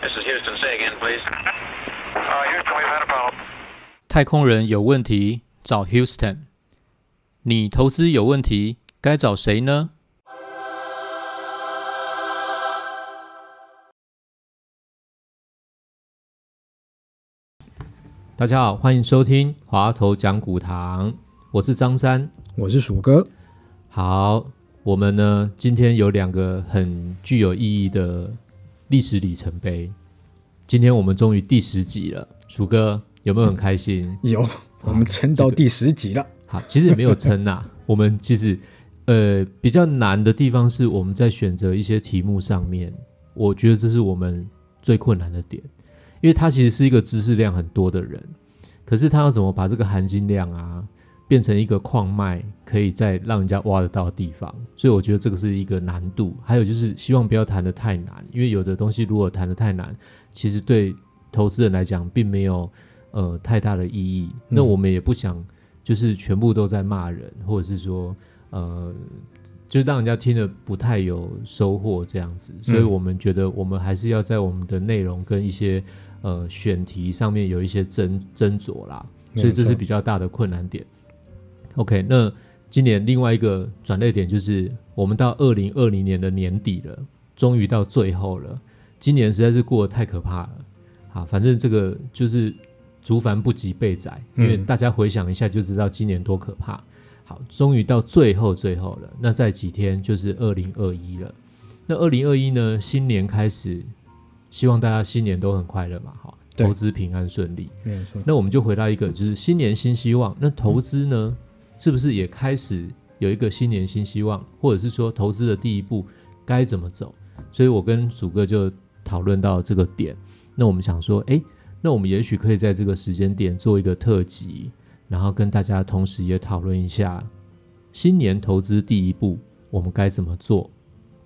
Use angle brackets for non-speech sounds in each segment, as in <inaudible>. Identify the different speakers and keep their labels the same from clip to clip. Speaker 1: This is Houston. Say again, please.
Speaker 2: Uh, Houston, we've had a problem.
Speaker 3: 太空人有问题找 Houston，你投资有问题该找谁呢？大家好，欢迎收听华头讲股堂，我是张三。
Speaker 4: 我是鼠哥，
Speaker 3: 好，我们呢今天有两个很具有意义的历史里程碑，今天我们终于第十集了，鼠哥有没有很开心？
Speaker 4: 有我们撑到第十集了，
Speaker 3: 好，其实也没有撑啊。我们其实呃比较难的地方是我们在选择一些题目上面，我觉得这是我们最困难的点，因为他其实是一个知识量很多的人，可是他要怎么把这个含金量啊变成一个矿脉，可以再让人家挖得到的地方，所以我觉得这个是一个难度。还有就是希望不要谈得太难，因为有的东西如果谈得太难，其实对投资人来讲并没有呃太大的意义。那
Speaker 4: 嗯
Speaker 3: 我们也不想就是全部都在骂人，或者是说，呃，就让人家听了不太有收获这样子。所以
Speaker 4: 嗯
Speaker 3: 我们觉得，我们还是要在我们的内容跟一些呃选题上面有一些斟斟酌啦。
Speaker 4: 没
Speaker 3: 所以这是
Speaker 4: 错
Speaker 3: 比较大的困难点。OK，那今年另外一个转捩点就是，我们到二零二零年的年底了，终于到最后了。今年实在是过得太可怕了。好，反正这个就是竹繁不及被宰，因为大家回想一下就知道今年多可怕。好，终于到最后最后了，那在几天就是二零二一了。那二零二一呢，新年开始，希望大家新年都很快乐嘛，哈，
Speaker 4: 对
Speaker 3: 投资平安顺利。
Speaker 4: 没有错，
Speaker 3: 那我们就回到一个，就是新年新希望。那投资呢，是不是也开始有一个新年新希望，或者是说投资的第一步该怎么走？所以我跟鼠哥就讨论到这个点。那我们想说，诶，那我们也许可以在这个时间点做一个特辑，然后跟大家同时也讨论一下新年投资第一步我们该怎么做。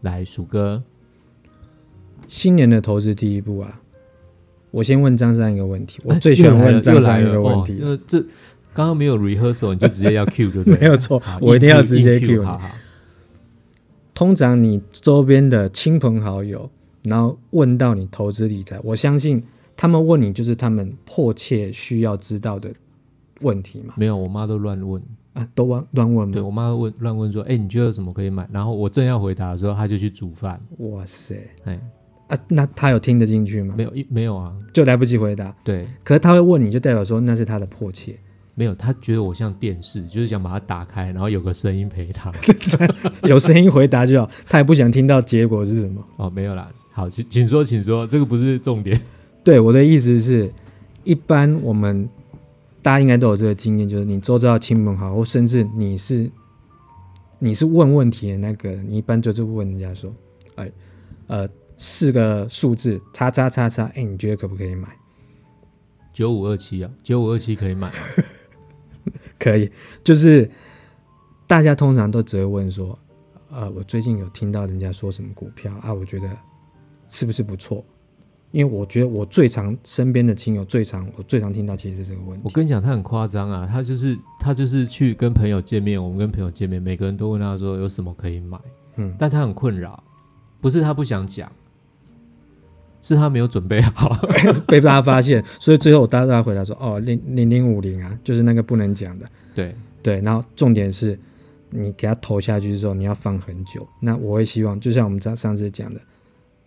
Speaker 3: 来，鼠哥，
Speaker 4: 新年的投资第一步啊，我先问张三一个问题，我最喜欢
Speaker 3: 又来了
Speaker 4: 问张三一
Speaker 3: 又来
Speaker 4: 个
Speaker 3: 了
Speaker 4: 问题，
Speaker 3: 哦、那这刚刚没有 rehearsal，你就直接要 Q 对不对？
Speaker 4: <laughs> 没有错
Speaker 3: 好，
Speaker 4: 我一定要直接
Speaker 3: 硬
Speaker 4: Q
Speaker 3: 好
Speaker 4: 你。
Speaker 3: 好
Speaker 4: 通常你周边的亲朋好友，然后问到你投资理财，我相信他们问你就是他们迫切需要知道的问题嘛，
Speaker 3: 没有，我妈都乱问。
Speaker 4: 啊，都乱乱问
Speaker 3: 对
Speaker 4: 吗？
Speaker 3: 我妈问乱问说：“哎、你觉得有什么可以买？”然后我正要回答的时候，她就去煮饭。
Speaker 4: 哇塞，
Speaker 3: 哎、
Speaker 4: 啊，那他有听得进去吗
Speaker 3: 没？有一没有啊，
Speaker 4: 就来不及回答，
Speaker 3: 对，
Speaker 4: 可是他会问你，就代表说那是他的迫切。
Speaker 3: 没有。她觉得我像电视，就是想把它打开，然后有个声音陪
Speaker 4: <laughs>
Speaker 3: 她。
Speaker 4: 有声音回答就好，他也不想听到结果是什么。
Speaker 3: 哦，没有啦。好，请请说，请说，这个不是重点。
Speaker 4: 对，我的意思是，一般我们大家应该都有这个经验，就是你周遭的亲朋好友，或甚至你是你是问问题的那个人，你一般就是问人家说，哎，呃，四个数字，叉叉叉叉，哎，你觉得可不可以买？
Speaker 3: 九五二七啊，九五二七可以买吗。
Speaker 4: 可以，就是大家通常都只会问说，呃，我最近有听到人家说什么股票啊，我觉得是不是不错？因为我觉得我最常身边的亲友最常我最常听到其实是这个问
Speaker 3: 我
Speaker 4: 题，
Speaker 3: 跟你讲，他很夸张啊，他就是他就是去跟朋友见面，我们跟朋友见面，每个人都问他说有什么可以买，
Speaker 4: 嗯
Speaker 3: 但他很困扰，不是他不想讲，是他没有准备好。
Speaker 4: 被大家发现，所以最后我大家回答说，哦，零零零五零啊，就是那个不能讲的，
Speaker 3: 对，
Speaker 4: 对，然后重点是你给它投下去之后，你要放很久。那我会希望，就像我们上上次讲的，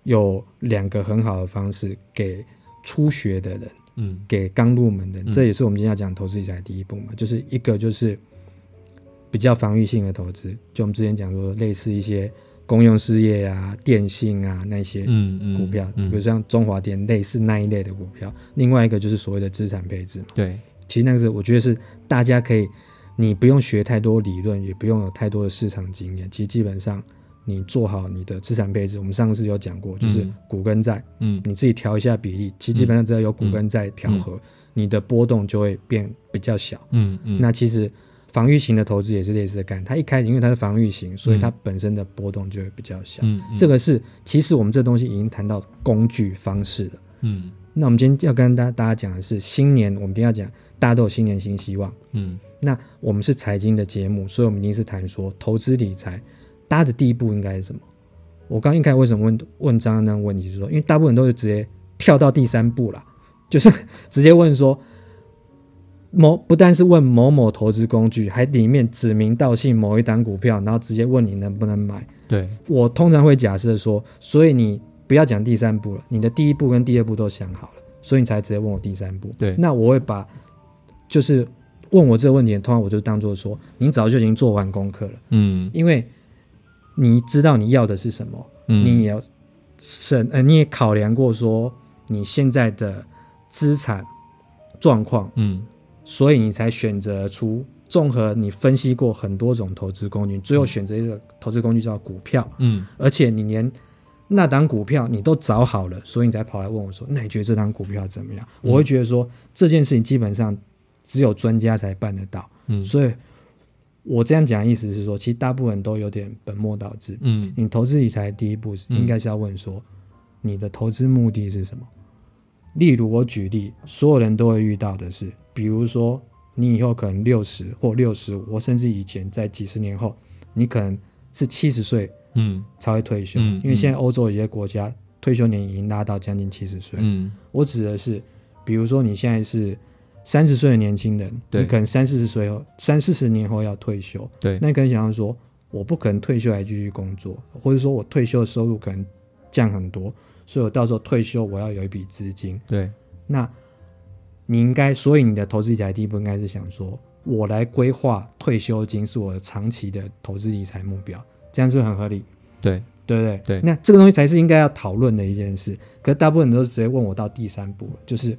Speaker 4: 有两个很好的方式给初学的人。
Speaker 3: 嗯，
Speaker 4: 给刚入门的人，
Speaker 3: 嗯
Speaker 4: 这也是我们今天要讲投资理财的第一步嘛，就是一个就是比较防御性的投资，就我们之前讲说类似一些公用事业啊、电信啊那些
Speaker 3: 嗯嗯，
Speaker 4: 股票，
Speaker 3: 嗯
Speaker 4: 比如像中华电类似那一类的股票。另外一个就是所谓的资产配置嘛，
Speaker 3: 对，
Speaker 4: 其实那个是我觉得是大家可以，你不用学太多理论，也不用有太多的市场经验，其实基本上。你做好你的资产配置，我们上次有讲过，就是
Speaker 3: 嗯
Speaker 4: 股跟债，
Speaker 3: 嗯
Speaker 4: 你自己调一下比例，其实基本上只要有股跟债调和，你的波动就会变比较小。
Speaker 3: 嗯嗯，
Speaker 4: 那其实防御型的投资也是类似的概念，它一开始因为它是防御型，所以它
Speaker 3: 嗯
Speaker 4: 本身的波动就会比较小。
Speaker 3: 嗯
Speaker 4: 这
Speaker 3: 个
Speaker 4: 个是其实我们这东西已经谈到工具方式了。
Speaker 3: 嗯
Speaker 4: 那我们今天要跟大家大家讲的是新年，我们一定要讲大家都有新年新希望。
Speaker 3: 嗯
Speaker 4: 那我们是财经的节目，所以我们一定是谈说投资理财大家的第一步应该是什么？我刚一开始为什么问问张安那个问题，是说因为大部分人都是直接跳到第三步啦， <laughs> 就是直接问说某不但是问某某投资工具，还里面指名道姓某一档股票，然后直接问你能不能买。
Speaker 3: 对，
Speaker 4: 我通常会假设说，所以你不要讲第三步了，你的第一步跟第二步都想好了，所以你才直接问我第三步。
Speaker 3: 对
Speaker 4: 那我会把就是问我这个问题，通常我就当做说你早就已经做完功课了，
Speaker 3: 嗯
Speaker 4: 因为你知道你要的是什么，
Speaker 3: 嗯，
Speaker 4: 你也要审呃，你也考量过说你现在的资产状况，
Speaker 3: 嗯
Speaker 4: 所以你才选择出综合你分析过很多种投资工具，最后选择一个投资工具叫股票。
Speaker 3: 嗯
Speaker 4: 而且你连那档股票你都找好了，所以你才跑来问我说：“那你觉得这档股票怎么样？”
Speaker 3: 嗯
Speaker 4: 我会觉得说这件事情基本上只有专家才办得到，
Speaker 3: 嗯
Speaker 4: 所以我这样讲的意思是说，其实大部分人都有点本末倒置。
Speaker 3: 嗯
Speaker 4: 你投资理财的第一步是
Speaker 3: 嗯
Speaker 4: 应该是要问说，你的投资目的是什么？例如我举例，所有人都会遇到的是，比如说你以后可能六十或六十五，或甚至以前在几十年后，你可能是七十岁
Speaker 3: 嗯
Speaker 4: 才会退休，
Speaker 3: 嗯
Speaker 4: 因为现在欧洲有些国家退休年已经拉到将近七十岁。
Speaker 3: 嗯
Speaker 4: 我指的是，比如说你现在是三十岁的年轻人，
Speaker 3: 对
Speaker 4: 你可能三四十岁后、三四十年后要退休，
Speaker 3: 对，
Speaker 4: 那你可能想要说，我不可能退休还继续工作，或者说我退休的收入可能降很多，所以我到时候退休我要有一笔资金。
Speaker 3: 对
Speaker 4: 那你应该，所以你的投资理财第一步应该是想说，我来规划退休金是我长期的投资理财目标，这样是不是很合理？
Speaker 3: 对
Speaker 4: 对不对？
Speaker 3: 对
Speaker 4: 那这个东西才是应该要讨论的一件事。可是大部分人都直接问我到第三步了，就是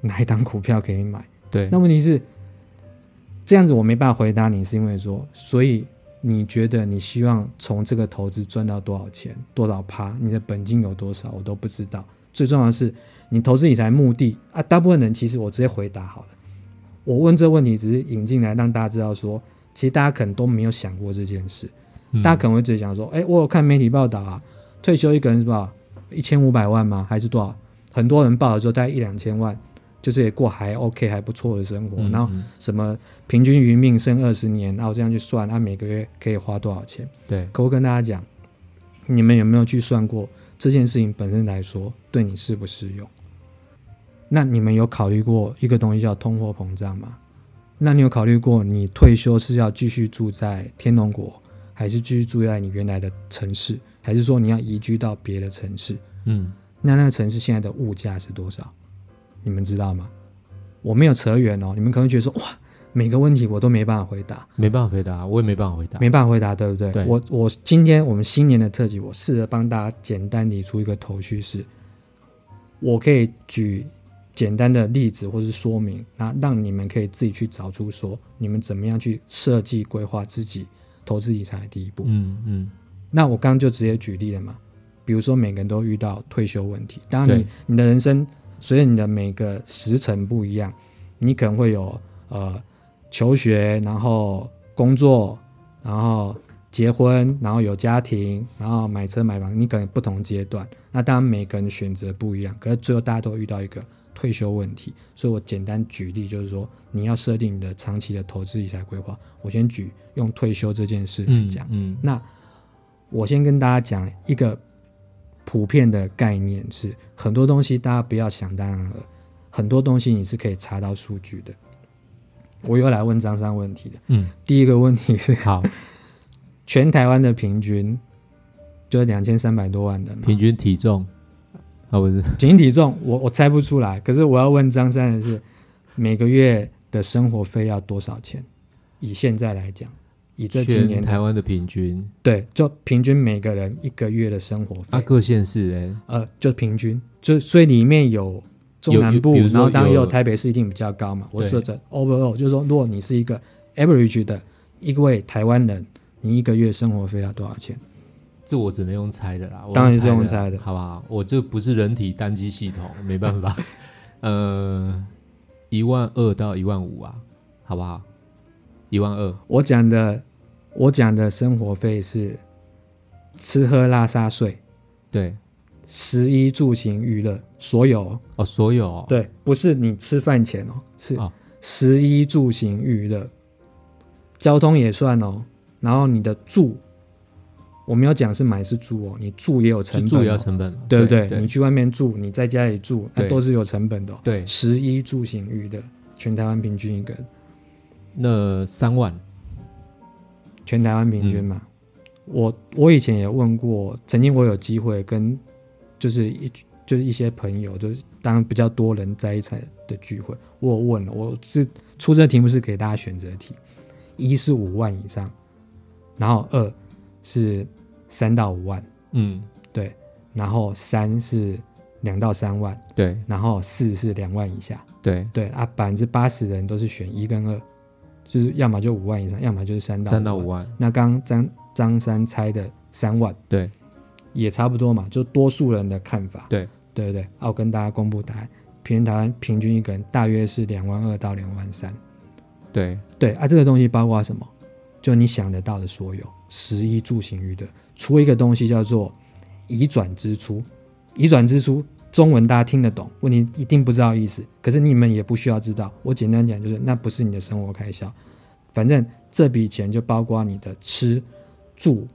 Speaker 4: 哪一档股票可以买？
Speaker 3: 对
Speaker 4: 那，问题是这样子，我没办法回答你，是因为说，所以你觉得你希望从这个投资赚到多少钱，多少趴，你的本金有多少，我都不知道。最重要的是，你投资理财目的啊，大部分人其实我直接回答好了。我问这个问题，只是引进来让大家知道说，其实大家可能都没有想过这件事。
Speaker 3: 嗯
Speaker 4: 大家可能会直接讲说，哎、我有看媒体报道啊，退休一个人是吧，一千五百万吗？还是多少？很多人报了之后大概一两千万，就是也过还 OK 还不错的生活。
Speaker 3: 嗯
Speaker 4: 然后什么平均余命剩二十年，然后这样去算，他、每个月可以花多少钱？
Speaker 3: 对
Speaker 4: 可我跟大家讲，你们有没有去算过这件事情本身来说对你适不适用？那你们有考虑过一个东西叫通货膨胀吗？那你有考虑过你退休是要继续住在天龙国，还是继续住在你原来的城市，还是说你要移居到别的城市？
Speaker 3: 嗯
Speaker 4: 那那个城市现在的物价是多少？你们知道吗？我没有扯远哦，你们可能会觉得说哇，每个问题我都没办法回答，
Speaker 3: 没办法回答，我也没办法回答，
Speaker 4: 没办法回答，对不对？
Speaker 3: 对
Speaker 4: 我我今天我们新年的特辑，我试着帮大家简单理出一个头绪是，我可以举简单的例子或是说明，那让你们可以自己去找出说你们怎么样去设计规划自己投资理财的第一步。
Speaker 3: 嗯嗯
Speaker 4: 那我刚刚就直接举例了嘛，比如说每个人都遇到退休问题，当然你
Speaker 3: 对
Speaker 4: 你的人生随着你的每个时辰不一样，你可能会有呃求学，然后工作，然后结婚，然后有家庭，然后买车买房，你可能不同阶段。那当然每个人选择不一样，可是最后大家都遇到一个退休问题，所以我简单举例就是说，你要设定你的长期的投资理财规划。我先举用退休这件事来
Speaker 3: 嗯
Speaker 4: 讲。
Speaker 3: 嗯
Speaker 4: 那我先跟大家讲一个普遍的概念是，很多东西大家不要想当然了，很多东西你是可以查到数据的。我又来问张三问题的，
Speaker 3: 嗯，
Speaker 4: 第一个问题是 <laughs>
Speaker 3: 好，
Speaker 4: 全台湾的平均就是两千三百多万人嘛，
Speaker 3: 平均体重啊不是，
Speaker 4: 平均体重我我猜不出来，可是我要问张三的是，每个月的生活费要多少钱？以现在来讲，以这几
Speaker 3: 全
Speaker 4: 年
Speaker 3: 台湾的平均，
Speaker 4: 对，就平均每个人一个月的生活费
Speaker 3: 啊各县市哎，
Speaker 4: 呃，就平均，就所以里面有中
Speaker 3: 有
Speaker 4: 南
Speaker 3: 有
Speaker 4: 部，
Speaker 3: 比如
Speaker 4: 然
Speaker 3: 说
Speaker 4: 后当然也有
Speaker 3: 有
Speaker 4: 台北市一定比较高嘛。我
Speaker 3: 对
Speaker 4: 说的 overall 就是说，如果你是一个 average 的一位台湾人，你一个月生活费要多少钱？
Speaker 3: 这我只能用猜的啦，我
Speaker 4: 当然是用
Speaker 3: 的
Speaker 4: 猜的
Speaker 3: 好不好？我这不是人体单机系统，没办
Speaker 4: <laughs>
Speaker 3: 法，呃，一万二到一万五啊，好不好？一万二，
Speaker 4: 我讲的，我讲的生活费是吃喝拉撒睡、
Speaker 3: 对，
Speaker 4: 食衣住行娱乐所有哦，
Speaker 3: 哦，所有哦，
Speaker 4: 对，不是你吃饭钱哦，是
Speaker 3: 哦
Speaker 4: 食衣住行娱乐，交通也算哦，然后你的住我没有讲是买是住哦，你住也有成
Speaker 3: 就
Speaker 4: 本、哦，
Speaker 3: 住也要成本嘛，
Speaker 4: 对不
Speaker 3: 对
Speaker 4: 对？？你去外面住，你在家里住，那、
Speaker 3: 对
Speaker 4: 都是有成本的、哦。
Speaker 3: 对
Speaker 4: 十一住行娱乐，全台湾平均一个，
Speaker 3: 那三万，
Speaker 4: 全台湾平均嘛。我我以前也问过，曾经我有机会跟就是一就是一些朋友，就是当比较多人在一起的聚会，我有问了，我是出这题目是给大家选择题，一是五万以上，然后二是三到五万，
Speaker 3: 嗯，
Speaker 4: 对，然后三是两到三万，
Speaker 3: 对
Speaker 4: 然后四是两万以下，
Speaker 3: 对，
Speaker 4: 对啊，百分之八十的人都是选一跟二，就是要么就五万以上，要么就是三到
Speaker 3: 三到
Speaker 4: 五
Speaker 3: 五。万，
Speaker 4: 那刚刚张张三猜的三万
Speaker 3: 对
Speaker 4: 也差不多嘛，就多数人的看法。
Speaker 3: 对
Speaker 4: 对不对？啊，我跟大家公布答案，平均台湾平均一个人大约是两万二到两万三。
Speaker 3: 对
Speaker 4: 对啊，这个东西包括什么？就你想得到的所有，食衣住行娱乐，出一个东西叫做移转支出。移转支出，中文大家听得懂，问题一定不知道意思，可是你们也不需要知道。我简单讲就是，那不是你的生活开销，反正这笔钱就包括你的吃、住、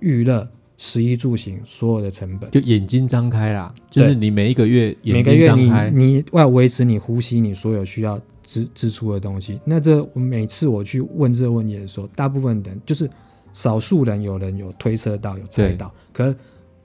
Speaker 4: 娱乐、食衣住行所有的成本。
Speaker 3: 就眼睛张开啦，就是
Speaker 4: 对
Speaker 3: 你每一个月眼
Speaker 4: 每个
Speaker 3: 睛
Speaker 4: 月
Speaker 3: 张
Speaker 4: 你
Speaker 3: 开，
Speaker 4: 你要维持你呼吸，你所有需要支支出的东西。那这我每次我去问这个问题的时候，大部分人就是少数人有人有推测到有猜到，可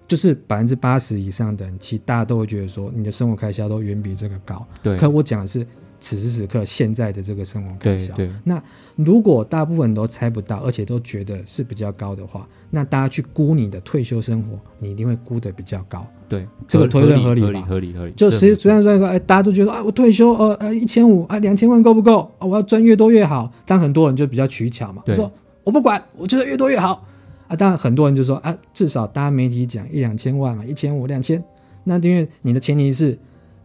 Speaker 4: 就是百分之八十以上的人，其实大家都会觉得说你的生活开销都远比这个高。
Speaker 3: 对
Speaker 4: 可我讲的是此时此刻现在的这个生活开
Speaker 3: 对
Speaker 4: 销。
Speaker 3: 对
Speaker 4: 那如果大部分人都猜不到，而且都觉得是比较高的话，那大家去估你的退休生活，你一定会估得比较高。
Speaker 3: 对，
Speaker 4: 这个
Speaker 3: 合
Speaker 4: 推论
Speaker 3: 合
Speaker 4: 合理
Speaker 3: 合理
Speaker 4: 吧
Speaker 3: 合理合理，
Speaker 4: 就
Speaker 3: 这
Speaker 4: 实
Speaker 3: 没
Speaker 4: 实际上算一个，哎，大家都觉得啊，我退休，呃呃，一千五啊，两千万够不够？啊，我要赚越多越好。但很多人就比较取巧嘛，
Speaker 3: 对
Speaker 4: 说我不管，我觉得越多越好啊。当然很多人就说啊，至少大家媒体讲一两千万嘛，一千五两千。那因为你的前提是，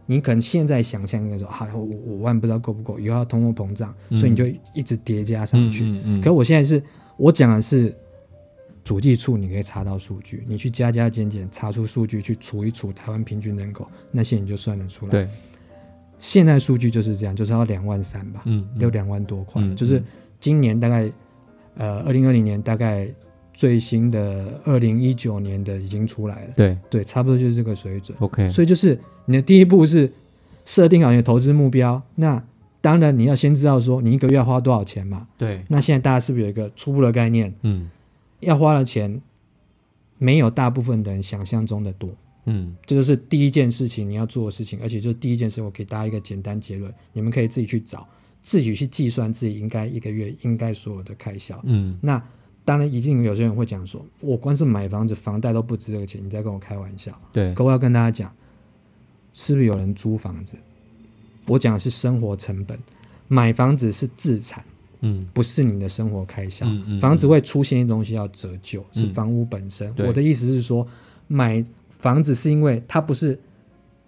Speaker 4: 你可能现在想象应该说，啊，我五万不知道够不够，以后要通货膨胀，所以你就一直叠加上
Speaker 3: 嗯
Speaker 4: 去。
Speaker 3: 嗯嗯，
Speaker 4: 可我现在是我讲的是主计处，你可以查到数据，你去加加减减查出数据，去除一除台湾平均人口那些，你就算得出来。
Speaker 3: 对，
Speaker 4: 现在数据就是这样，就是要两万三吧，
Speaker 3: 嗯嗯
Speaker 4: 有两万多块，
Speaker 3: 嗯
Speaker 4: 就是
Speaker 3: 嗯
Speaker 4: 今年大概呃二零二零年大概最新的二零一九年的已经出来了，
Speaker 3: 对
Speaker 4: 对，差不多就是这个水准。
Speaker 3: ，OK，
Speaker 4: 所以就是你的第一步是设定好你的投资目标，那当然你要先知道说你一个月要花多少钱嘛，
Speaker 3: 对，
Speaker 4: 那现在大家是不是有一个初步的概念？
Speaker 3: 嗯
Speaker 4: 要花的钱没有大部分的人想象中的多，
Speaker 3: 嗯，
Speaker 4: 这就是第一件事情你要做的事情，而且就是第一件事，我给大家一个简单结论，你们可以自己去找，自己去计算自己应该一个月应该所有的开销。
Speaker 3: 嗯，
Speaker 4: 那当然，一定有些人会讲说，我光是买房子，房贷都不值这个钱，你在跟我开玩笑。
Speaker 3: 对，
Speaker 4: 可我要跟大家讲，是不是有人租房子？我讲的是生活成本，买房子是自产。
Speaker 3: 嗯
Speaker 4: 不是你的生活开销。
Speaker 3: 嗯嗯
Speaker 4: 房子会出现一东西要折旧，是
Speaker 3: 嗯
Speaker 4: 房屋本身。
Speaker 3: 对
Speaker 4: 我的意思是说，买房子是因为它不是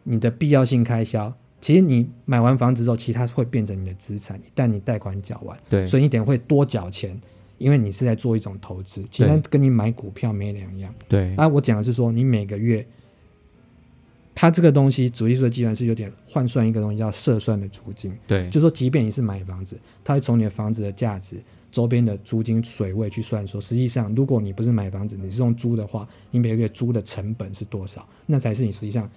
Speaker 4: 你的必要性开销。其实你买完房子之后，其实它会变成你的资产。一旦你贷款缴完，
Speaker 3: 对，
Speaker 4: 所
Speaker 3: 以
Speaker 4: 以你等于会多缴钱，因为你是在做一种投资，其实它
Speaker 3: 对
Speaker 4: 跟你买股票没两样。
Speaker 3: 对，
Speaker 4: 啊，我讲的是说，你每个月，它这个东西主力数的计算是有点换算一个东西叫设算的租金。
Speaker 3: 对，
Speaker 4: 就说即便你是买房子，它会从你的房子的价值、周边的租金水位去算说，实际上如果你不是买房子，你是用租的话，你每个月租的成本是多少，那才是你实际上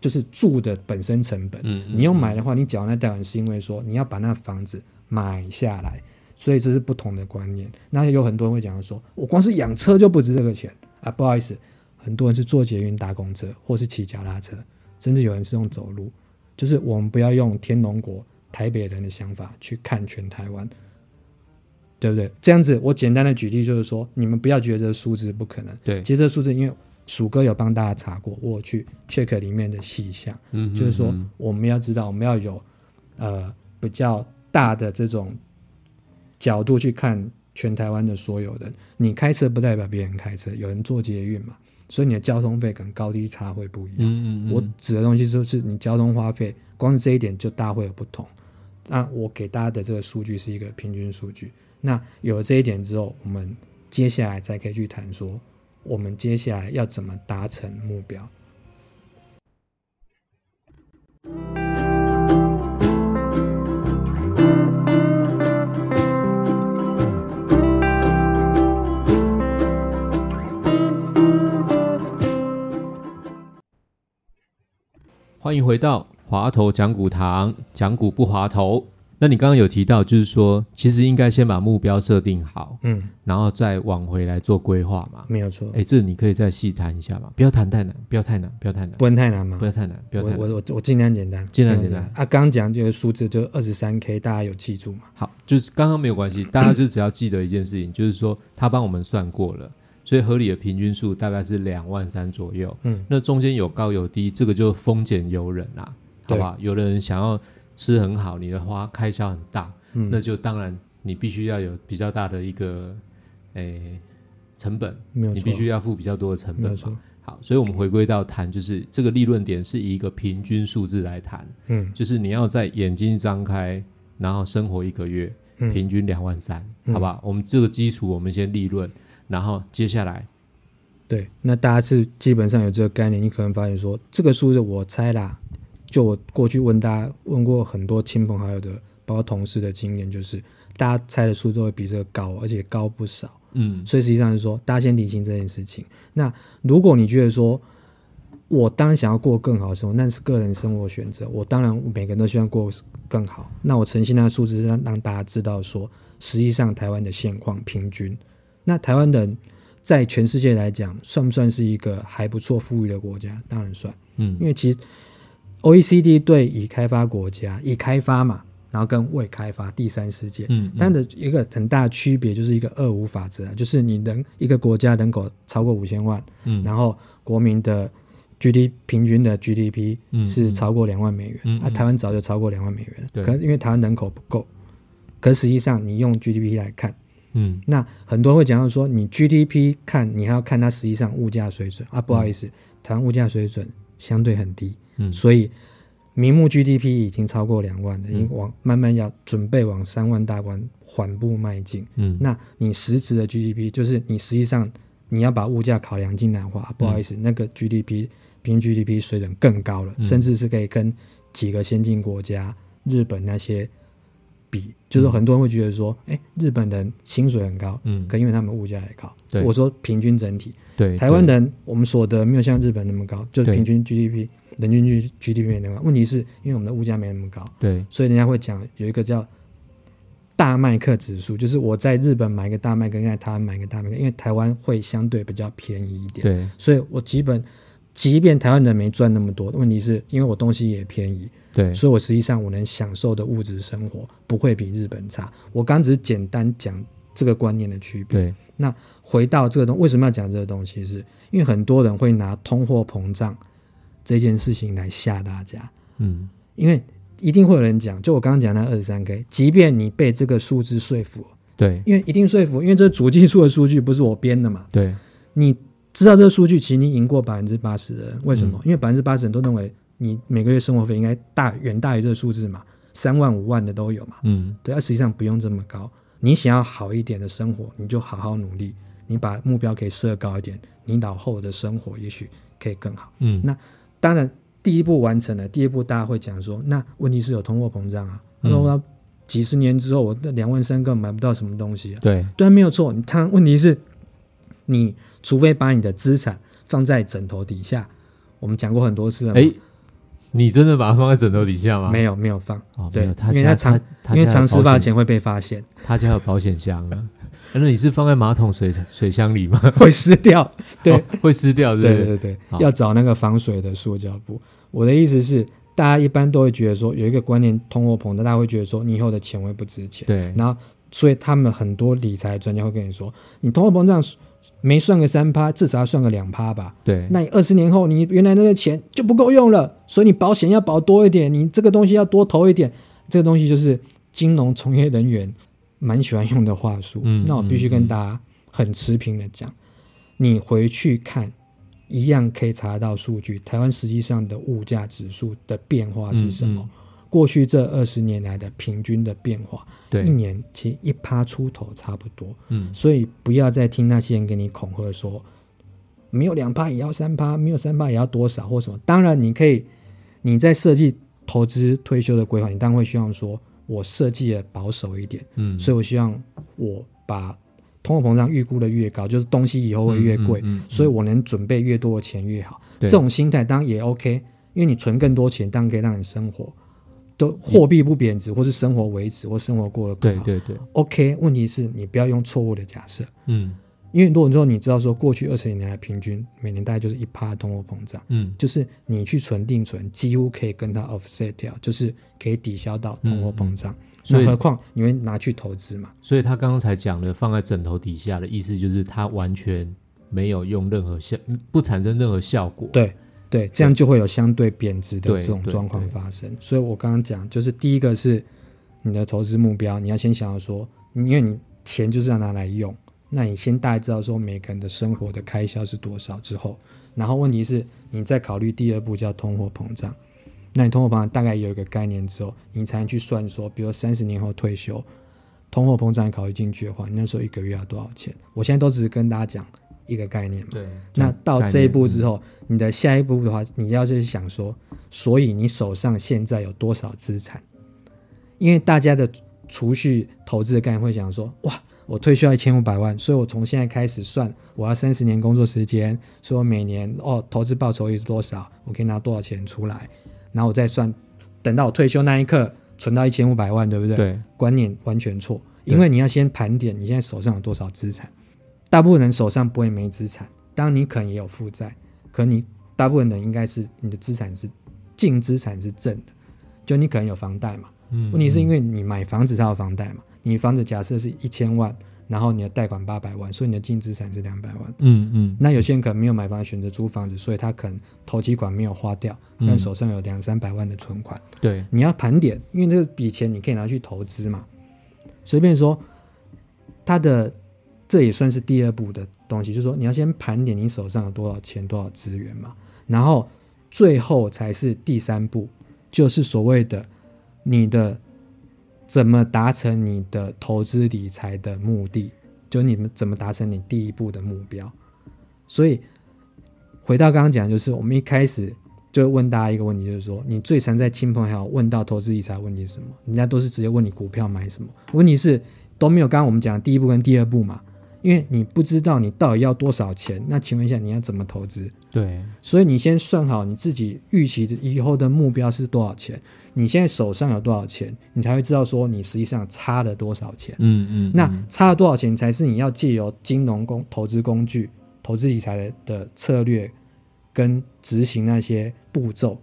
Speaker 4: 就是住的本身成本。
Speaker 3: 嗯嗯
Speaker 4: 你用买的话，你缴那贷款是因为说你要把那房子买下来，所以这是不同的观念。那有很多人会讲说，我光是养车就不值这个钱啊，不好意思，很多人是坐捷运搭公车，或是骑脚踏车，甚至有人是用走路。就是我们不要用天龙国台北人的想法去看全台湾，对不对？这样子，我简单的举例就是说，你们不要觉得这个数字不可能。
Speaker 3: 对
Speaker 4: 其实这个数字，因为鼠哥有帮大家查过，我有去 check 里面的细项，
Speaker 3: 嗯
Speaker 4: 就是说
Speaker 3: 嗯
Speaker 4: 我们要知道，我们要有呃比较大的这种角度去看全台湾的所有人。你开车不代表别人开车，有人坐捷运嘛，所以你的交通费可能高低差会不一样。
Speaker 3: 嗯嗯，
Speaker 4: 我指的东西就是你交通花费，光是这一点就大会有不同。那我给大家的这个数据是一个平均数据。那有了这一点之后，我们接下来才可以去谈说，我们接下来要怎么达成目标。
Speaker 5: Thank
Speaker 3: 欢迎回到滑头讲股堂，讲股不滑头。那你刚刚有提到，就是说，其实应该先把目标设定好，
Speaker 4: 嗯，
Speaker 3: 然后再往回来做规划嘛。
Speaker 4: 没有错，
Speaker 3: 哎，这你可以再细谈一下嘛，不要谈太难，不要太难，不要太难，
Speaker 4: 不能太难嘛
Speaker 3: 不。要太难，不要
Speaker 4: 我
Speaker 3: 太难。
Speaker 4: 我我我尽量简单，
Speaker 3: 尽量简单
Speaker 4: 啊。刚刚讲就是数字，就二十三 K，大家有记住嘛？
Speaker 3: 好，就是刚刚没有关系，大家就只要记得一件事情，就是说他帮我们算过了，所以合理的平均数大概是两万三左右。
Speaker 4: 嗯，
Speaker 3: 那中间有高有低，这个就丰俭由人啦、好
Speaker 4: 对
Speaker 3: 吧？有的人想要吃很好，你的花开销很大，
Speaker 4: 嗯
Speaker 3: 那就当然你必须要有比较大的一个诶、成本，
Speaker 4: 没有
Speaker 3: 你
Speaker 4: 错，
Speaker 3: 必须要付比较多的成
Speaker 4: 没有
Speaker 3: 本
Speaker 4: 错
Speaker 3: 嘛。，好，所以我们回归到谈，就是这个利润点是以一个平均数字来谈，
Speaker 4: 嗯
Speaker 3: 就是你要在眼睛张开，然后生活一个月，
Speaker 4: 嗯
Speaker 3: 平均两万三、
Speaker 4: 嗯
Speaker 3: 好吧？我们这个基础我们先利润，然后接下来
Speaker 4: 对。那大家是基本上有这个概念，你可能发现说这个数字，我猜啦，就我过去问大家问过很多亲朋好友的，包括同事的经验，就是大家猜的数字会比这个高，而且高不少。
Speaker 3: 嗯
Speaker 4: 所以实际上是说，大家先理清这件事情。那如果你觉得说，我当然想要过更好的生活，那是个人生活选择。我当然每个人都希望过更好。那我呈现那个数字，让让大家知道说，实际上台湾的现况平均。那台湾人在全世界来讲，算不算是一个还不错富裕的国家？当然算。
Speaker 3: 嗯
Speaker 4: 因为其实 OECD 对已开发国家、已开发嘛，然后跟未开发第三世界，
Speaker 3: 嗯嗯
Speaker 4: 它的一个很大的区别就是一个二五法则啊，就是你人一个国家人口超过五千万，
Speaker 3: 嗯
Speaker 4: 然后国民的 GD 平均的 GDP
Speaker 3: 嗯
Speaker 4: 是
Speaker 3: 嗯
Speaker 4: 超过两万美元，
Speaker 3: 嗯
Speaker 4: 啊，
Speaker 3: 嗯
Speaker 4: 台湾早就超过两万美元了，
Speaker 3: 对
Speaker 4: 可是因为台湾人口不够，可实际上你用 GDP 来看。
Speaker 3: 嗯
Speaker 4: 那很多人会讲到说，你 GDP 看，你还要看它实际上物价水准啊。不好意思，台湾物价水准相对很低，
Speaker 3: 嗯
Speaker 4: 所以名目 GDP 已经超过两万了，已经往慢慢要准备往三万大关缓步迈进。
Speaker 3: 嗯
Speaker 4: 那你实质的 GDP 就是你实际上你要把物价考量进来的话，啊
Speaker 3: 嗯
Speaker 4: 不好意思，那个 GDP 平均 GDP 水准更高
Speaker 3: 嗯
Speaker 4: 了，甚至是可以跟几个先进国家、日本那些比。就是很多人会觉得说，哎、日本人薪水很高，
Speaker 3: 嗯
Speaker 4: 可因为他们物价也高。
Speaker 3: 对
Speaker 4: 我说平均整体，
Speaker 3: 对
Speaker 4: 台湾人我们所得没有像日本那么高，就是
Speaker 3: 对
Speaker 4: 平均 GDP 人均 G GDP 没那么高。问题是因为我们的物价没那么高，
Speaker 3: 对
Speaker 4: 所以人家会讲有一个叫大麦克指数，就是我在日本买一个大麦克，在台湾买一个大麦克，因为台湾会相对比较便宜一点。，
Speaker 3: 对
Speaker 4: 所以我基本即便台湾人没赚那么多，问题是因为我东西也便宜，
Speaker 3: 对，
Speaker 4: 所以我实际上我能享受的物质生活不会比日本差。我刚只是简单讲这个观念的区别。
Speaker 3: 对，
Speaker 4: 那回到这个东，为什么要讲这个东西是？因为很多人会拿通货膨胀这件事情来吓大家。
Speaker 3: 嗯
Speaker 4: 因为一定会有人讲，就我刚刚讲的那二十三 K，即便你被这个数字说服，
Speaker 3: 对
Speaker 4: 因为一定说服，因为这是主计处的数据不是我编的嘛，
Speaker 3: 对
Speaker 4: 你知道这个数据，其实你赢过百分之八十的人，为什么？因为百分之八十人都认为你每个月生活费应该大远大于这个数字嘛，三万五万的都有嘛，
Speaker 3: 嗯
Speaker 4: 对，而实际上不用这么高。你想要好一点的生活，你就好好努力，你把目标可以设高一点，你老后的生活也许可以更好。
Speaker 3: 嗯
Speaker 4: 那当然，第一步完成了，第二步大家会讲说，那问题是有通货膨胀啊，
Speaker 3: 嗯
Speaker 4: 那我几十年之后，我的两万三根本买不到什么东西啊。
Speaker 3: 对
Speaker 4: 对啊，没有错，你他问题是，你除非把你的资产放在枕头底下，我们讲过很多次了嘛，
Speaker 3: 哎，你真的把它放在枕头底下吗？
Speaker 4: 没有没有放，
Speaker 3: 哦，
Speaker 4: 对
Speaker 3: 没有，他
Speaker 4: 因为
Speaker 3: 家
Speaker 4: 藏
Speaker 3: 他他
Speaker 4: 因为
Speaker 3: 家有
Speaker 4: 藏私
Speaker 3: 保
Speaker 4: 房
Speaker 3: 险
Speaker 4: 钱会被发现，
Speaker 3: 他家有保险箱啊。那你是放在马桶水水箱里吗？
Speaker 4: 会湿掉，
Speaker 3: <laughs>
Speaker 4: 对。
Speaker 3: 哦会湿掉，对
Speaker 4: 对
Speaker 3: 不
Speaker 4: 对
Speaker 3: 对？
Speaker 4: 对，
Speaker 3: 好
Speaker 4: 要找那个防水的塑胶布。我的意思是，大家一般都会觉得说有一个观念，通货膨胀，大家会觉得说你以后的钱会不值钱。
Speaker 3: 对
Speaker 4: 然后，所以他们很多理财专家会跟你说，你通货膨胀没算个三趴，至少要算个两趴吧。
Speaker 3: 对
Speaker 4: 那你二十年后，你原来那个钱就不够用了，所以你保险要保多一点，你这个东西要多投一点。这个东西就是金融从业人员蛮喜欢用的话术。
Speaker 3: 嗯
Speaker 4: 那我必须
Speaker 3: 嗯
Speaker 4: 跟大家很持平的讲，你回去看，一样可以查到数据，台湾实际上的物价指数的变化是什么？
Speaker 3: 嗯
Speaker 4: 过去这二十年来的平均的变化，一
Speaker 3: 对，
Speaker 4: 年其实一趴出头差不多。
Speaker 3: 嗯
Speaker 4: 所以不要再听那些人给你恐吓说，没有两趴也要三趴，没有三趴也要多少或什么。当然，你可以你在设计投资退休的规划，你当然会希望说我设计的保守一点，
Speaker 3: 嗯，
Speaker 4: 所以我希望我把通货膨胀预估的越高，就是东西以后会越贵，
Speaker 3: 嗯嗯嗯嗯
Speaker 4: 所以我能准备越多的钱越好。
Speaker 3: 对
Speaker 4: 这种心态当然也 OK，因因为你存更多钱，当然可以让你生活都货币不贬值，或是生活维持，或生活过得更
Speaker 3: 对
Speaker 4: 好。
Speaker 3: 对对，
Speaker 4: OK，问题是你不要用错误的假设，
Speaker 3: 嗯
Speaker 4: 因为如果说你知道说过去二十年来平均每年大概就是一趴通货膨胀，
Speaker 3: 嗯
Speaker 4: 就是你去存定存，几乎可以跟它 offset 掉，就是可以抵消到通货膨胀。
Speaker 3: 嗯所以
Speaker 4: 那何况你会拿去投资嘛？
Speaker 3: 所以他刚刚才讲的放在枕头底下的意思，就是他完全没有用任何效，不产生任何效果。
Speaker 4: 对对，这样就会有相对贬值的
Speaker 3: 对
Speaker 4: 这种
Speaker 3: 对
Speaker 4: 状况
Speaker 3: 对
Speaker 4: 发生。所以我刚刚讲，就是第一个是你的投资目标，你要先想要说，因为你钱就是要拿来用，那你先大概知道说每个人的生活的开销是多少之后，然后问题是你再考虑第二步叫通货膨胀。那你通货膨胀大概有一个概念之后，你才能去算说，比如三十年后退休，通货膨胀考虑进去的话，你那时候一个月要多少钱？我现在都只是跟大家讲一个概嗯念嘛。
Speaker 3: 对，
Speaker 4: 那到这一步之
Speaker 3: 后，
Speaker 4: 后，你的下一步的话，你要去想说，所以你手上现在有多少资产？因为大家的储蓄投资的概念会想说，哇，我退休要一千五百万，所以我从现在开始算，我要三十年工作时间，所以我每年哦，投资报酬率是多少，我可以拿多少钱出来，然后我再算，等到我退休那一刻存到一千五百万，对不对？
Speaker 3: 对，
Speaker 4: 观念完全错，因为你要先盘点你现在手上有多少资产。大部分人手上不会没资产，当然你可能也有负债，可你大部分人应该是你的资产是净资产是正的，就你可能有房贷嘛，
Speaker 3: 嗯
Speaker 4: 问题是因
Speaker 3: 为
Speaker 4: 为你买房子它有房贷嘛，你房子假设是一千万，然后你的贷款八百万，所以你的净资产是两百万。
Speaker 3: 嗯嗯
Speaker 4: 那有些人可能没有买房，选择租房子，所以他可能头期款没有花掉，但手上有两三百万的存款。
Speaker 3: 对，
Speaker 4: 你要盘点，因为这笔钱你可以拿去投资嘛。随便说，它的这也算是第二步的东西，就是说你要先盘点你手上有多少钱、多少资源嘛，然后最后才是第三步，就是所谓的你的怎么达成你的投资理财的目的，就你们怎么达成你第一步的目标。所以回到刚刚讲，就是我们一开始就问大家一个问题，就是说你最常在亲朋好友问到投资理财的问题是什么？人家都是直接问你股票买什么，问题是都没有刚刚我们讲的第一步跟第二步嘛，因为你不知道你到底要多少钱，那请问一下你要怎么投资？
Speaker 3: 对，
Speaker 4: 所以你先算好你自己预期的以后的目标是多少钱，你现在手上有多少钱，你才会知道说你实际上差了多少钱。
Speaker 3: 嗯嗯，
Speaker 4: 那
Speaker 3: 嗯
Speaker 4: 差了多少钱才是你要借由金融工投资工具、投资理财的的策略跟执行那些步骤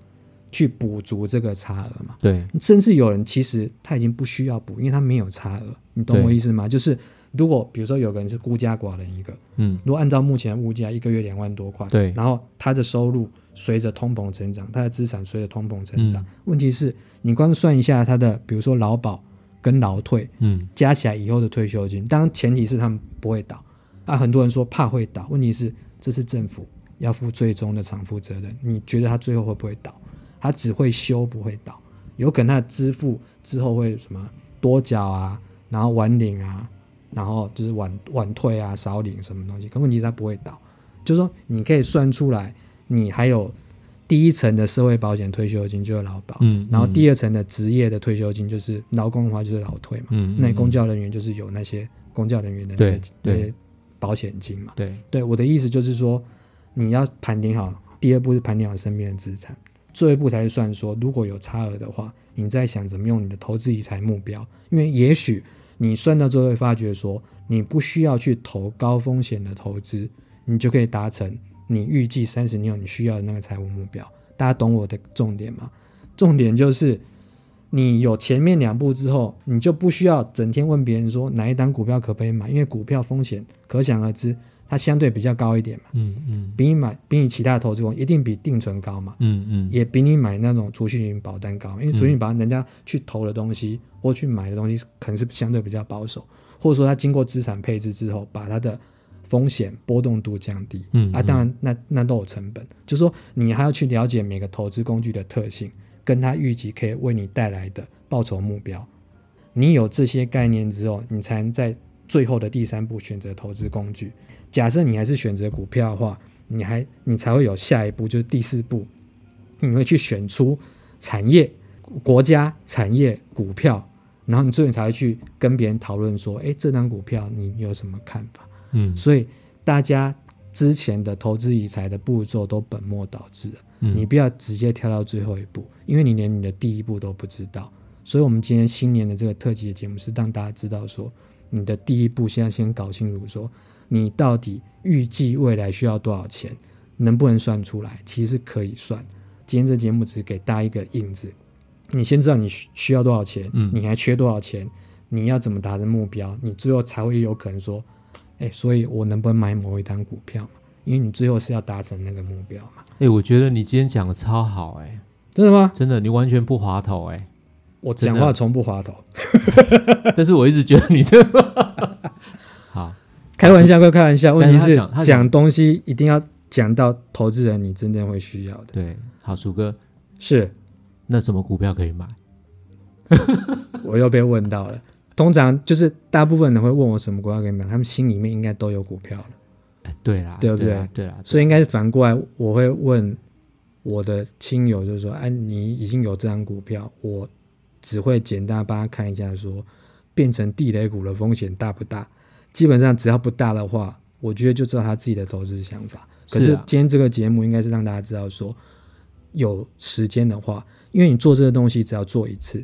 Speaker 4: 去补足这个差额嘛？
Speaker 3: 对，
Speaker 4: 甚至有人其实他已经不需要补，因为他没有差额，你懂我
Speaker 3: 对
Speaker 4: 意思吗？就是如果比如说有个人是孤家寡人一个，
Speaker 3: 嗯
Speaker 4: 如果按照目前的物价，一个月两万多块，
Speaker 3: 对
Speaker 4: 然后他的收入随着通膨成长，他的资产随着通膨成长，
Speaker 3: 嗯
Speaker 4: 问题是你光算一下他的，比如说劳保跟劳退，
Speaker 3: 嗯
Speaker 4: 加起来以后的退休金，当然前提是他们不会倒啊。很多人说怕会倒，问题是这是政府要负最终的偿付责任。你觉得他最后会不会倒？他只会修不会倒，有可能他的支付之后会什么多缴啊，然后晚领啊，然后就是晚晚退啊、少领什么东西。可问题是他不会倒，就是说你可以算出来，你还有第一层的社会保险退休金就是劳保，
Speaker 3: 嗯
Speaker 4: 然后
Speaker 3: 嗯
Speaker 4: 第二层的职业的退休金就是劳工的话就是劳退嘛。
Speaker 3: 嗯，
Speaker 4: 那
Speaker 3: 嗯
Speaker 4: 公
Speaker 3: 嗯
Speaker 4: 教人员就是有那些公教人员的那
Speaker 3: 对
Speaker 4: 些那
Speaker 3: 对
Speaker 4: 些保险金嘛。
Speaker 3: 对，
Speaker 4: 对，我的意思就是说，你要盘点好，第二步是盘点好身边的资产，最后一步才是算说，如果有差额的话，你在想怎么用你的投资理财目标，因为也许你算到最后会发觉说，你不需要去投高风险的投资，你就可以达成你预计三十年后你需要的那个财务目标。大家懂我的重点吗？重点就是。你有前面两步之后，你就不需要整天问别人说哪一档股票可不可以买，因为股票风险可想而知，它相对比较高一点嘛，
Speaker 3: 嗯嗯
Speaker 4: 比你买比你其他的投资工一定比定存高嘛，
Speaker 3: 嗯嗯，
Speaker 4: 也比你买那种储蓄型保单高，因为储蓄型保单人家去投的东西、或去买的东西可能是相对比较保守，或者说他经过资产配置之后，把它的风险波动度降低，
Speaker 3: 嗯
Speaker 4: 啊，当然那那都有成本，就是说你还要去了解每个投资工具的特性，跟它预期可以为你带来的报酬目标。你有这些概念之后，你才能在最后的第三步选择投资工具。假设你还是选择股票的话，你还你才会有下一步，就是第四步，你会去选出产业、国家、产业、股票，然后你最后才会去跟别人讨论说，诶，这张股票你有什么看法？
Speaker 3: 嗯
Speaker 4: 所以大家之前的投资理财的步骤都本末倒置了。
Speaker 3: 嗯
Speaker 4: 你不要直接跳到最后一步，因为你连你的第一步都不知道。所以，我们今天新年的这个特辑的节目是让大家知道说，你的第一步现在先搞清楚，说你到底预计未来需要多少钱，能不能算出来？其实是可以算。今天这节目只是给大家一个引子，你先知道你需需要多少钱，
Speaker 3: 嗯
Speaker 4: 你还缺多少钱，你要怎么达成目标，你最后才会有可能说，哎、所以我能不能买某一单股票嘛？因为你最后是要达成那个目标嘛。
Speaker 3: 哎、我觉得你今天讲的超好、哎，
Speaker 4: 真的吗？
Speaker 3: 真的，你完全不滑头、哎。
Speaker 4: 我
Speaker 3: 真
Speaker 4: 讲
Speaker 3: 的
Speaker 4: 话从不滑头，
Speaker 3: 但是我一直觉得你这个 <laughs> 好，
Speaker 4: 开玩笑归开玩笑，问
Speaker 3: 但是
Speaker 4: 题
Speaker 3: 他
Speaker 4: 是
Speaker 3: 讲他讲
Speaker 4: 讲东西一定要讲到投资人你真正会需要的。
Speaker 3: 对，好，鼠哥，
Speaker 4: 是，
Speaker 3: 那什么股票可以买？
Speaker 4: 我又被问到了。通常就是大部分人会问我什么股票可以买，他们心里面应该都有股票了，
Speaker 3: 哎，对啦，
Speaker 4: 对不
Speaker 3: 对啦
Speaker 4: 对？
Speaker 3: 啊对啦，
Speaker 4: 所以应该是反过来，我会问我的亲友，就是说，哎、你已经有这张股票，我只会简单帮他看一下说变成地雷股的风险大不大？基本上只要不大的话，我觉得就知道他自己的投资想法。可
Speaker 3: 是
Speaker 4: 是
Speaker 3: 啊
Speaker 4: 今天这个节目应该是让大家知道说，有时间的话，因为你做这个东西只要做一次，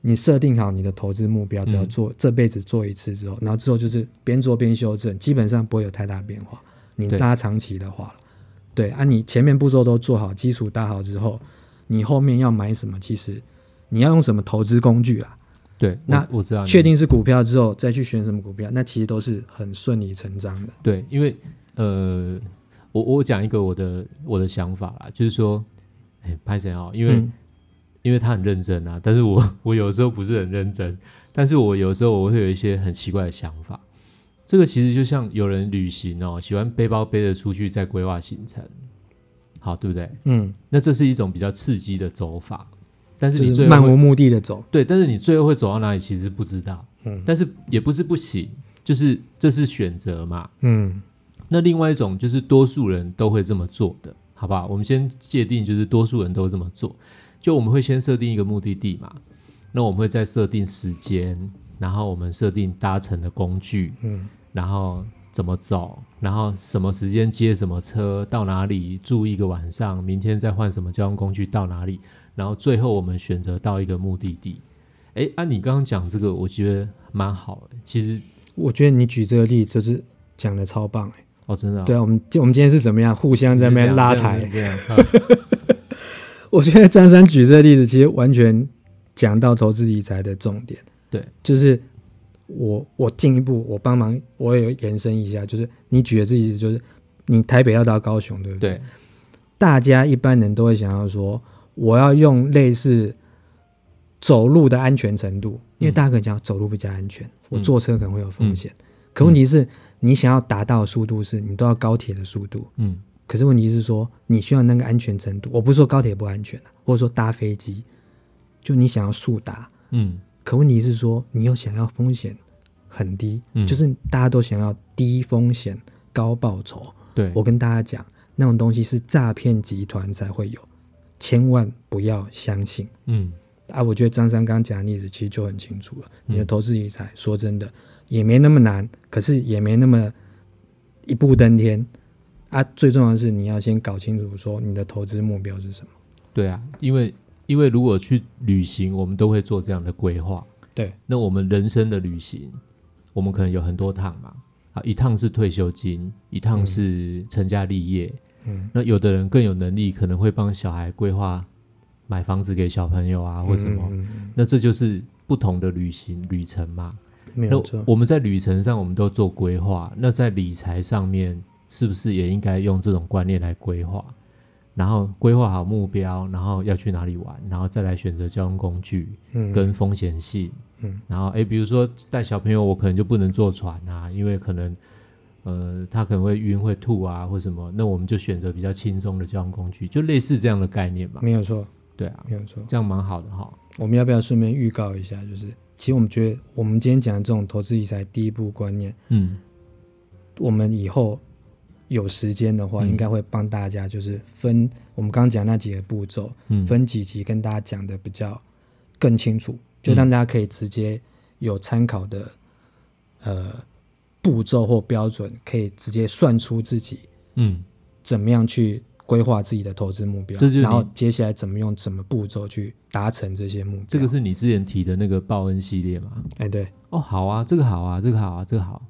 Speaker 4: 你设定好你的投资目标，只要
Speaker 3: 嗯
Speaker 4: 做、这辈子做一次之后，然后之后就是边做边修正，基本上不会有太大变化。你
Speaker 3: 对
Speaker 4: 拉长期的话，对啊，你前面步骤都做好，基础打好之后，你后面要买什么，其实你要用什么投资工具啊？
Speaker 3: 对，我
Speaker 4: 那
Speaker 3: 我知道你，
Speaker 4: 确定是股票之后，再去选什么股票，那其实都是很顺理成章的。
Speaker 3: 对，因为呃，我我讲一个我的我的想法啦，就是说，哎、拍谁哦，因为、
Speaker 4: 嗯
Speaker 3: 因为他很认真啊，但是我我有时候不是很认真，但是我有时候我会有一些很奇怪的想法。这个其实就像有人旅行哦，喜欢背包背着出去再规划行程，好对不对？
Speaker 4: 嗯，
Speaker 3: 那这是一种比较刺激的走法，但是
Speaker 4: 就
Speaker 3: 你
Speaker 4: 是
Speaker 3: 最后
Speaker 4: 漫
Speaker 3: 会
Speaker 4: 无目的的走。
Speaker 3: 对，但是你最后会走到哪里，其实不知道。
Speaker 4: 嗯
Speaker 3: 但是也不是不行，就是这是选择嘛。
Speaker 4: 嗯，
Speaker 3: 那另外一种就是多数人都会这么做的，好不好？我们先界定，就是多数人都会这么做。就我们会先设定一个目的地嘛，那我们会再设定时间，然后我们设定搭乘的工具，
Speaker 4: 嗯，
Speaker 3: 然后怎么走，然后什么时间接什么车，到哪里住一个晚上，明天再换什么交通工具到哪里，然后最后我们选择到一个目的地。诶，按、你刚刚讲这个，我觉得蛮好的。其实，
Speaker 4: 我觉得你举这个例就是讲的超棒、欸、
Speaker 3: 哦，真的、哦，
Speaker 4: 对啊，我们我们今天是怎么样互相在那边拉抬？啊
Speaker 3: 这样，这样这样
Speaker 4: 我觉得张三举这个例子其实完全讲到投资理财的重点。
Speaker 3: 对，
Speaker 4: 就是我我进一步我帮忙，我也有延伸一下，就是你举的这例子，就是你台北要到高雄，对不对？
Speaker 3: 对，
Speaker 4: 大家一般人都会想要说，我要用类似走路的安全程度，因为大家可能讲走路比较安全，我坐车可能会有风险。可问题是，你想要达到的速度是你都要高铁的速度，
Speaker 3: 嗯，
Speaker 4: 可是问题是说，你需要那个安全程度。我不是说高铁不安全、啊、或者说搭飞机，就你想要速达，
Speaker 3: 嗯，
Speaker 4: 可问题是说，你又想要风险很低，
Speaker 3: 嗯
Speaker 4: 就是大家都想要低风险高报酬。
Speaker 3: 对，
Speaker 4: 我跟大家讲，那种东西是诈骗集团才会有，千万不要相信。
Speaker 3: 嗯，
Speaker 4: 啊，我觉得张三刚讲的例子其实就很清楚了。
Speaker 3: 嗯
Speaker 4: 你的投资理财，说真的也没那么难，可是也没那么一步登天啊。最重要的是，你要先搞清楚说你的投资目标是什么。
Speaker 3: 对啊，因为因为如果去旅行，我们都会做这样的规划。
Speaker 4: 对，
Speaker 3: 那我们人生的旅行，我们可能有很多趟嘛，啊，一趟是退休金，一趟是成家立业，
Speaker 4: 嗯，
Speaker 3: 那有的人更有能力，可能会帮小孩规划买房子给小朋友啊，或什么，
Speaker 4: 嗯？嗯嗯
Speaker 3: 那这就是不同的旅行旅程嘛。
Speaker 4: 没
Speaker 3: 那
Speaker 4: 有错。
Speaker 3: 我们在旅程上我们都做规划，那在理财上面是不是也应该用这种观念来规划？然后规划好目标，然后要去哪里玩，然后再来选择交通工具
Speaker 4: 嗯
Speaker 3: 跟风险性。
Speaker 4: 嗯，
Speaker 3: 然后诶，比如说带小朋友，我可能就不能坐船啊，因为可能呃他可能会晕会吐啊或什么，那我们就选择比较轻松的交通工具，就类似这样的概念嘛。
Speaker 4: 没有错，
Speaker 3: 对啊，
Speaker 4: 没有错。
Speaker 3: 这样蛮好的哈。
Speaker 4: 我们要不要顺便预告一下？就是，其实我们觉得，我们今天讲的这种投资理财第一步观念，
Speaker 3: 嗯，
Speaker 4: 我们以后有时间的话，
Speaker 3: 嗯
Speaker 4: 应该会帮大家就是分我们刚刚讲那几个步骤，
Speaker 3: 嗯
Speaker 4: 分几集跟大家讲的比较更清楚，就让大家可以直接有参考的呃步骤或标准，可以直接算出自己
Speaker 3: 嗯，
Speaker 4: 怎么样去规划自己的投资目标
Speaker 3: 这就是，你
Speaker 4: 然后接下来怎么用怎么步骤去达成这些目标。
Speaker 3: 这个是你之前提的那个报恩系列嘛？
Speaker 4: 哎，对
Speaker 3: 哦，好啊，这个好啊，这个好啊，这个好，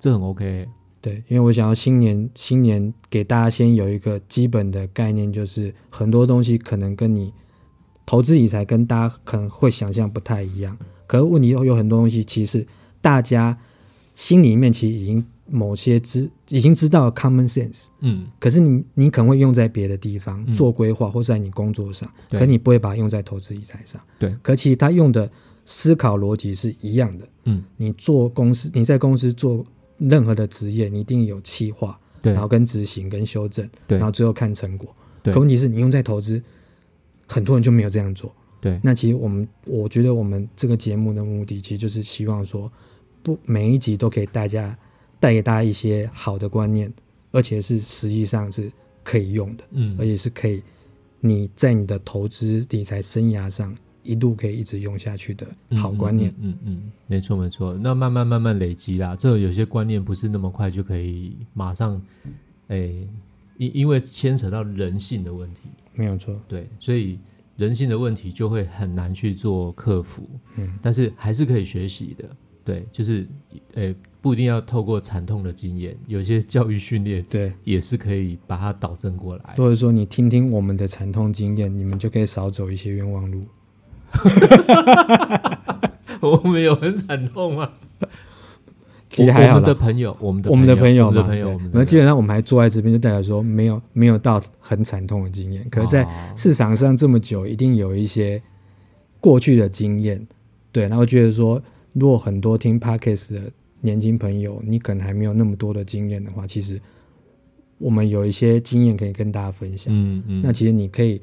Speaker 3: 这很 OK 欸、
Speaker 4: 对，因为我想要新年新年给大家先有一个基本的概念，就是很多东西可能跟你投资理财跟大家可能会想象不太一样，可是问题有很多东西其实大家心里面其实已经某些知已经知道 common sense。
Speaker 3: 嗯，
Speaker 4: 可是你你可能会用在别的地方
Speaker 3: 嗯
Speaker 4: 做规划，或是在你工作上，
Speaker 3: 对
Speaker 4: 可你不会把它用在投资理财上。
Speaker 3: 对
Speaker 4: 可其实它用的思考逻辑是一样的。
Speaker 3: 嗯，
Speaker 4: 你做公司，你在公司做任何的职业，你一定有企划，
Speaker 3: 对
Speaker 4: 然后跟执行跟修正，
Speaker 3: 对
Speaker 4: 然后最后看成果。
Speaker 3: 对
Speaker 4: 可问题是你用在投资，很多人就没有这样做。
Speaker 3: 对，
Speaker 4: 那哎其实我们，我觉得我们这个节目的目的，其实就是希望说，不每一集都给大家带给大家一些好的观念，而且是实际上是可以用的，
Speaker 3: 嗯
Speaker 4: 而且是可以你在你的投资理财生涯上一路可以一直用下去的好观念。
Speaker 3: 嗯嗯嗯嗯嗯没错没错。那慢慢慢慢累积啦，这有些观念不是那么快就可以马上，诶、因因为牵扯到人性的问题，
Speaker 4: 没有错，
Speaker 3: 对，所以人性的问题就会很难去做克服，
Speaker 4: 嗯，
Speaker 3: 但是还是可以学习的，对，就是诶、不一定要透过惨痛的经验，有一些教育训练
Speaker 4: 对，
Speaker 3: 也是可以把它导正过来。
Speaker 4: 或者说你听听我们的惨痛经验，你们就可以少走一些冤枉路。
Speaker 3: <laughs> 我们有很惨痛吗？
Speaker 4: 其实还好
Speaker 3: 我们的
Speaker 4: 啦。
Speaker 3: 朋友，我们的
Speaker 4: 我们的
Speaker 3: 朋
Speaker 4: 朋友
Speaker 3: 我们
Speaker 4: 嘛，
Speaker 3: 的朋友，
Speaker 4: 对
Speaker 3: 我们的
Speaker 4: 那
Speaker 3: 朋
Speaker 4: 基
Speaker 3: 友
Speaker 4: 本上我们还坐在这边，就代表说没有没有到很惨痛的经验。可是，在
Speaker 3: 哦
Speaker 4: 市场上这么久，一定有一些过去的经验，对。然后觉得说，如果很多听 podcast 的年轻朋友，你可能还没有那么多的经验的话，其实我们有一些经验可以跟大家分享。
Speaker 3: 嗯嗯，
Speaker 4: 那其实你可以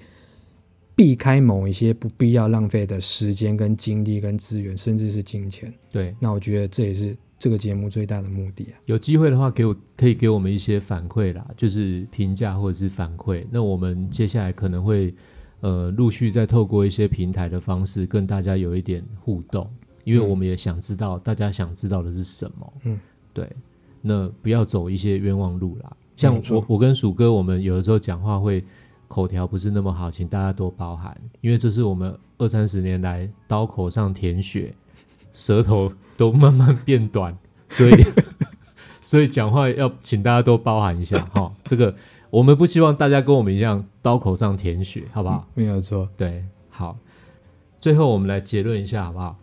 Speaker 4: 避开某一些不必要浪费的时间、跟精力、跟资源，甚至是金钱。
Speaker 3: 对，
Speaker 4: 那我觉得这也是这个节目最大的目的啊。
Speaker 3: 有机会的话，给我可以给我们一些反馈啦，就是评价或者是反馈。那我们接下来可能会呃陆续再透过一些平台的方式跟大家有一点互动，因为我们也想知道大家想知道的是什么。
Speaker 4: 嗯，
Speaker 3: 对，那不要走一些冤枉路啦。像
Speaker 4: 没错
Speaker 3: 我我跟鼠哥，我们有的时候讲话会口条不是那么好，请大家多包涵，因为这是我们二三十年来刀口上舔血，舌头都慢慢变短， <laughs> 所以所以讲话要请大家多包涵一下哈。这个我们不希望大家跟我们一样刀口上舔血，好不好？
Speaker 4: 没有错，
Speaker 3: 对，好。最后我们来结论一下，好不好？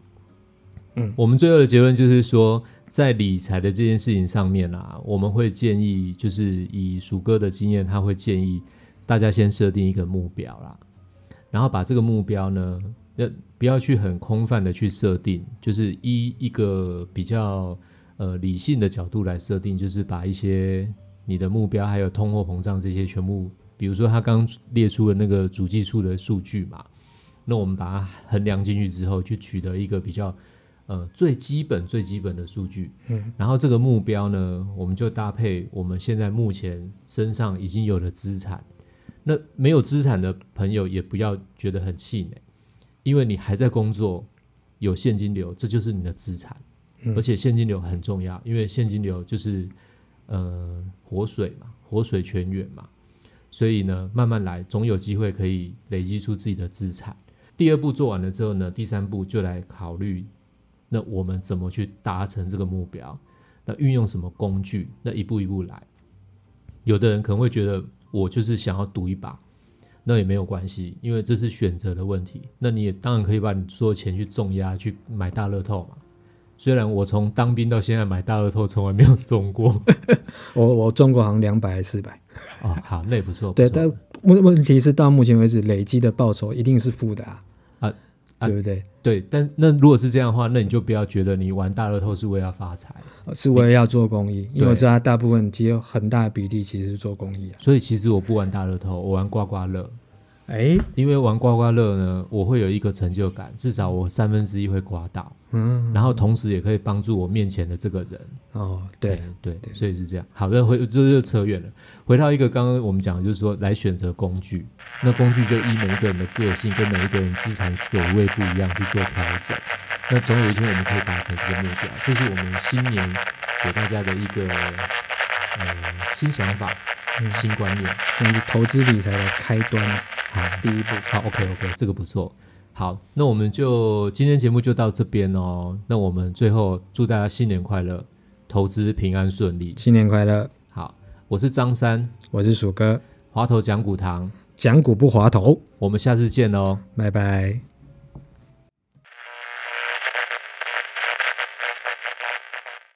Speaker 4: 嗯
Speaker 3: 我们最后的结论就是说，在理财的这件事情上面啊，我们会建议，就是以鼠哥的经验，他会建议大家先设定一个目标啦，然后把这个目标呢，那不要去很空泛的去设定，就是依一个比较呃理性的角度来设定，就是把一些你的目标还有通货膨胀这些全部，比如说他刚列出的那个主计处的数据嘛，那我们把它衡量进去之后，去取得一个比较呃最基本最基本的数据，
Speaker 4: 嗯，
Speaker 3: 然后这个目标呢，我们就搭配我们现在目前身上已经有的资产。那没有资产的朋友也不要觉得很气馁，因为你还在工作，有现金流，这就是你的资产，
Speaker 4: 嗯
Speaker 3: 而且现金流很重要，因为现金流就是呃活水嘛，活水泉源嘛，所以呢，慢慢来，总有机会可以累积出自己的资产。第二步做完了之后呢，第三步就来考虑，那我们怎么去达成这个目标？那运用什么工具？那一步一步来。有的人可能会觉得，我就是想要赌一把，那也没有关系，因为这是选择的问题。那你也当然可以把你所有钱去重压，去买大乐透嘛。虽然我从当兵到现在买大乐透从来没有中
Speaker 4: <laughs>
Speaker 3: 过
Speaker 4: 我我中过好像两百四百，
Speaker 3: 哦，好，那也不错，不
Speaker 4: 对，
Speaker 3: 错
Speaker 4: 但问问题是到目前为止累积的报酬一定是负的啊，
Speaker 3: 啊啊
Speaker 4: 对不对？
Speaker 3: 对，但那如果是这样的话，那你就不要觉得你玩大乐透是为了要发财。
Speaker 4: 呃是为了要做公益，因为
Speaker 3: 对
Speaker 4: 我知道大部分其实有很大的比例其实是做公益啊，
Speaker 3: 所以其实我不玩大乐透，我玩刮刮乐。
Speaker 4: 哎，
Speaker 3: 因为玩刮刮乐呢，我会有一个成就感，至少我三分之一会刮到，
Speaker 4: 嗯，
Speaker 3: 然后同时也可以帮助我面前的这个人。
Speaker 4: 哦，对
Speaker 3: 哎，对，所以是这样。好的，回这就扯远了。回到一个刚刚我们讲的，就是说来选择工具，那工具就依每一个人的个性跟每一个人资产水位不一样去做调整。那总有一天我们可以达成这个目标，这是我们新年给大家的一个呃新想法、
Speaker 4: 嗯
Speaker 3: 新观念。
Speaker 4: 算是投资理财的开端了，
Speaker 3: 好，
Speaker 4: 第一步。
Speaker 3: 好，OK OK，这个不错。好，那我们就今天节目就到这边哦。那我们最后祝大家新年快乐，投资平安顺利。
Speaker 4: 新年快乐，
Speaker 3: 好，我是张三，
Speaker 4: 我是鼠哥，
Speaker 3: 滑头讲股堂，
Speaker 4: 讲股不滑头，
Speaker 3: 我们下次见喽。哦
Speaker 4: 拜拜。